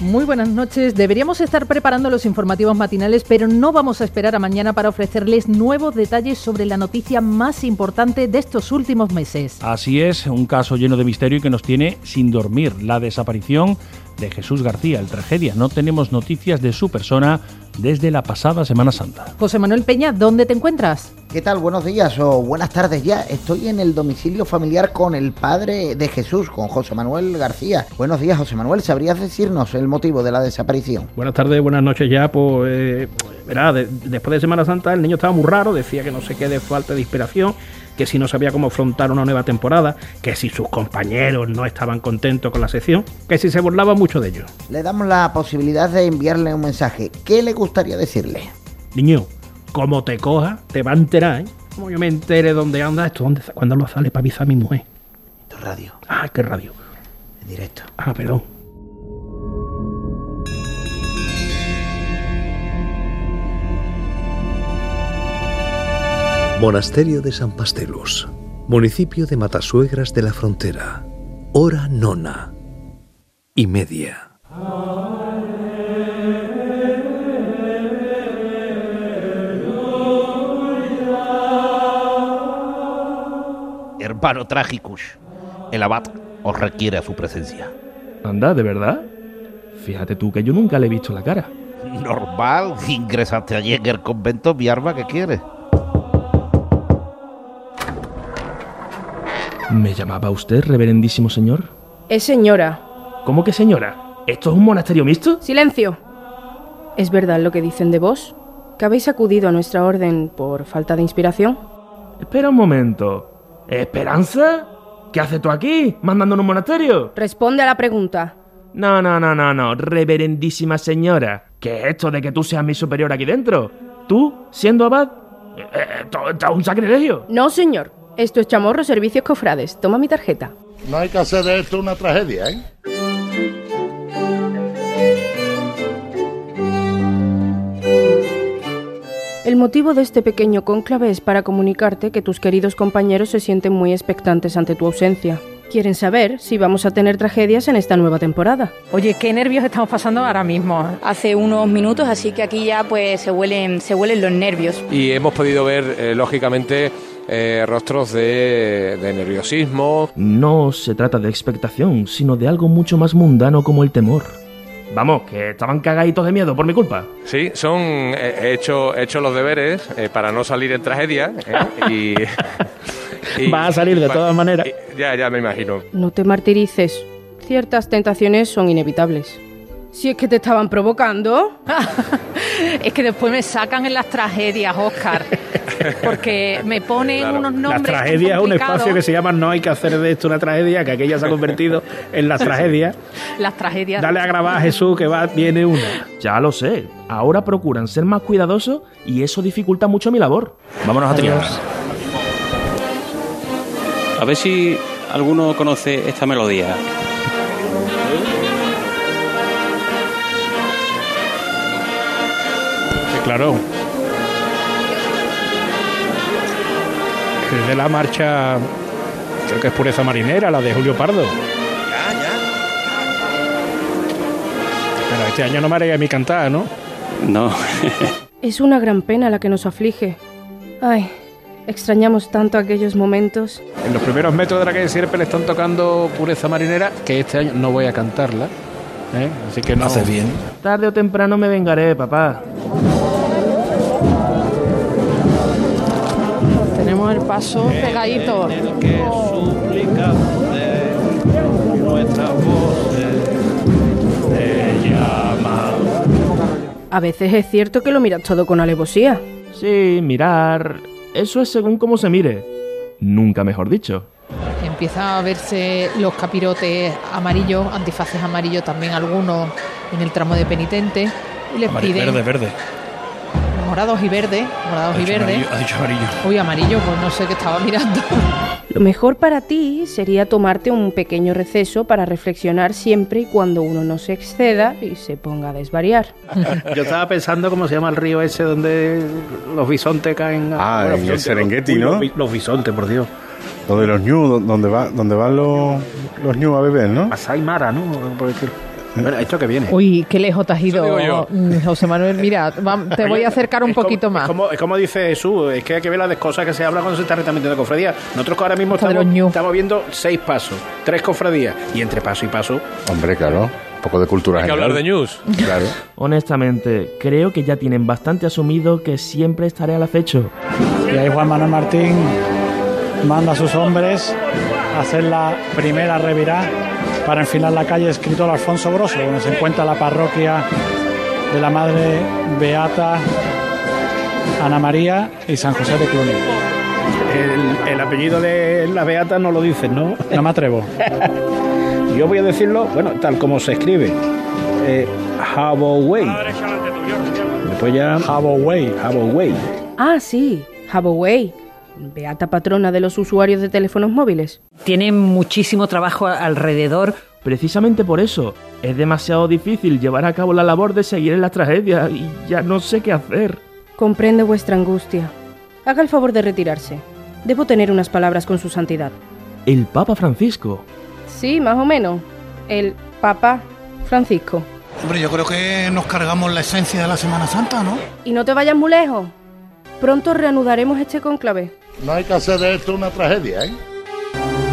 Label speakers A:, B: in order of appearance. A: Muy buenas noches. Deberíamos estar preparando los informativos matinales, pero no vamos a esperar a mañana para ofrecerles nuevos detalles sobre la noticia más importante de estos últimos meses.
B: Así es, un caso lleno de misterio y que nos tiene sin dormir, la desaparición de Jesús García, el tragedia. No tenemos noticias de su persona desde la pasada Semana Santa.
A: José Manuel Peña, ¿dónde te encuentras?
C: ¿Qué tal? Buenos días o buenas tardes ya. Estoy en el domicilio familiar con el padre de Jesús, con José Manuel García. Buenos días, José Manuel. ¿Sabrías decirnos el motivo de la desaparición?
D: Buenas tardes, buenas noches ya. Pues, eh, verá, de, después de Semana Santa el niño estaba muy raro, decía que no se quede falta de inspiración que si no sabía cómo afrontar una nueva temporada, que si sus compañeros no estaban contentos con la sección, que si se burlaba mucho de ellos.
C: Le damos la posibilidad de enviarle un mensaje. ¿Qué le gustaría decirle?
D: Niño, como te coja, te va a enterar, ¿eh? Como yo me entere dónde anda, esto dónde, cuándo lo sale para avisar a mi mujer.
C: Esto es radio,
D: Ah, qué radio.
C: en directo.
D: Ah, perdón.
E: Monasterio de San Pastelus, municipio de Matasuegras de la Frontera, hora nona y media.
F: Hermano Tragicus, el abad os requiere a su presencia.
B: Anda, ¿de verdad? Fíjate tú que yo nunca le he visto la cara.
F: Normal, ingresaste allí en el convento, mi arma, ¿qué quieres?
B: ¿Me llamaba usted, reverendísimo señor?
G: Es señora.
B: ¿Cómo que señora? ¿Esto es un monasterio mixto?
G: Silencio. ¿Es verdad lo que dicen de vos? ¿Que habéis acudido a nuestra orden por falta de inspiración?
B: Espera un momento. ¿Esperanza? ¿Qué hace tú aquí, mandando en un monasterio?
G: Responde a la pregunta.
B: No, no, no, no, no, reverendísima señora. ¿Qué es esto de que tú seas mi superior aquí dentro? ¿Tú, siendo abad? Eh, eh, Esto esto es un sacrilegio.
G: No, señor. Esto es chamorro, servicios cofrades. Toma mi tarjeta.
H: No hay que hacer de esto una tragedia, ¿eh?
G: El motivo de este pequeño cónclave es para comunicarte que tus queridos compañeros se sienten muy expectantes ante tu ausencia. Quieren saber si vamos a tener tragedias en esta nueva temporada.
I: Oye, qué nervios estamos pasando ahora mismo.
J: hace unos minutos, así que aquí ya pues se huelen, se huelen los nervios.
K: y hemos podido ver, eh, lógicamente, eh, rostros de, de nerviosismo.
B: No se trata de expectación, sino de algo mucho más mundano como el temor. Vamos, que estaban cagaditos de miedo por mi culpa.
K: Sí, son eh, he hecho, he hecho los deberes eh, para no salir en tragedia. ¿eh? Y,
D: Va a salir de
K: va-
D: todas maneras.
K: y- ya, ya me imagino.
G: No te martirices. Ciertas tentaciones son inevitables. Si es que te estaban provocando.
I: Es que después me sacan en las tragedias, Oscar. Porque me ponen
K: Claro.
I: unos
D: Las
I: nombres. tan
D: tragedias es un
I: complicados.
D: espacio que se llama No hay que hacer de esto una tragedia, que aquella se ha convertido en las tragedias.
I: Las tragedias.
D: Dale a grabar a Jesús que va, viene una.
B: Ya lo sé, ahora procuran ser más cuidadosos y eso dificulta mucho mi labor. Vámonos a triar.
L: A ver si alguno conoce esta melodía.
D: Claro. Es de la marcha, creo que es pureza marinera, la de Julio Pardo. Pero este año no me haré a mí cantar, ¿no?
L: No.
G: Es una gran pena la que nos aflige. Ay, extrañamos tanto aquellos momentos.
D: En los primeros metros de la calle Sierpe le están tocando pureza marinera, que este año no voy a cantarla. ¿eh? Así que no.
H: bien.
B: Tarde o temprano me vengaré, papá.
I: Tenemos el paso pegadito.
G: A veces es cierto que lo miras todo con alevosía.
B: Sí, mirar. Eso es según cómo se mire. Nunca mejor dicho.
I: Empieza a verse los capirotes amarillos, antifaces amarillos también algunos en el tramo de penitente. Y les piden
H: verde.
I: morados y verdes. Morados y verdes.
H: Ha dicho amarillo.
I: Uy, amarillo, pues no sé qué estaba mirando.
G: Lo mejor para ti sería tomarte un pequeño receso para reflexionar siempre y cuando uno no se exceda y se ponga a desvariar.
D: Yo estaba pensando cómo se llama el río ese donde los bisontes caen.
H: Ah, en el
D: bisontes,
H: Serengeti,
D: uy,
H: ¿no?
D: Los, bi- los bisontes, por Dios.
H: Lo de los ñu, do- donde, va, donde van los, los ñu a beber, ¿no?
D: Masai Mara, ¿no? Por decir. Bueno, ¿esto que viene?
I: Uy, qué lejos te has
D: Eso digo
I: ido,
D: yo.
I: mm, José Manuel. Mira, va- te voy a acercar un
D: Es como-
I: poquito
D: Es
I: más.
D: como, es como dice Jesús, es que hay que ver las cosas que se habla cuando se está retamente de cofradía. Nosotros que ahora mismo estamos, estamos viendo seis pasos, tres cofradías, y entre paso y paso.
M: Hombre, claro. Un poco de cultura
D: Hay que
M: general.
D: hablar de news.
M: Claro.
N: Honestamente, creo que ya tienen bastante asumido que siempre estaré al acecho.
O: Y ahí Juan Manuel Martín manda a sus hombres a hacer la primera revirá para enfilar la calle escrito al Alfonso Broso, donde se encuentra la parroquia de la Madre Beata Ana María y San José de Cluny.
D: El, el apellido de la Beata no lo dicen, ¿no?
O: No me atrevo.
D: Yo voy a decirlo, bueno, tal como se escribe. Eh, Haboway. Después ya.
O: Haboway.
D: Haboway.
G: Ah, sí, Habaway, beata patrona de los usuarios de teléfonos móviles.
N: Tienen muchísimo trabajo alrededor. Precisamente por eso, es demasiado difícil llevar a cabo la labor de seguir en las tragedias y ya no sé qué hacer.
G: Comprende vuestra angustia. Haga el favor de retirarse. Debo tener unas palabras con su santidad.
N: El Papa Francisco.
G: Sí, más o menos. El Papa Francisco.
P: Hombre, yo creo que nos cargamos la esencia de la Semana Santa, ¿no?
G: Y no te vayas muy lejos. Pronto reanudaremos este cónclave.
H: No hay que hacer de esto una tragedia, ¿eh?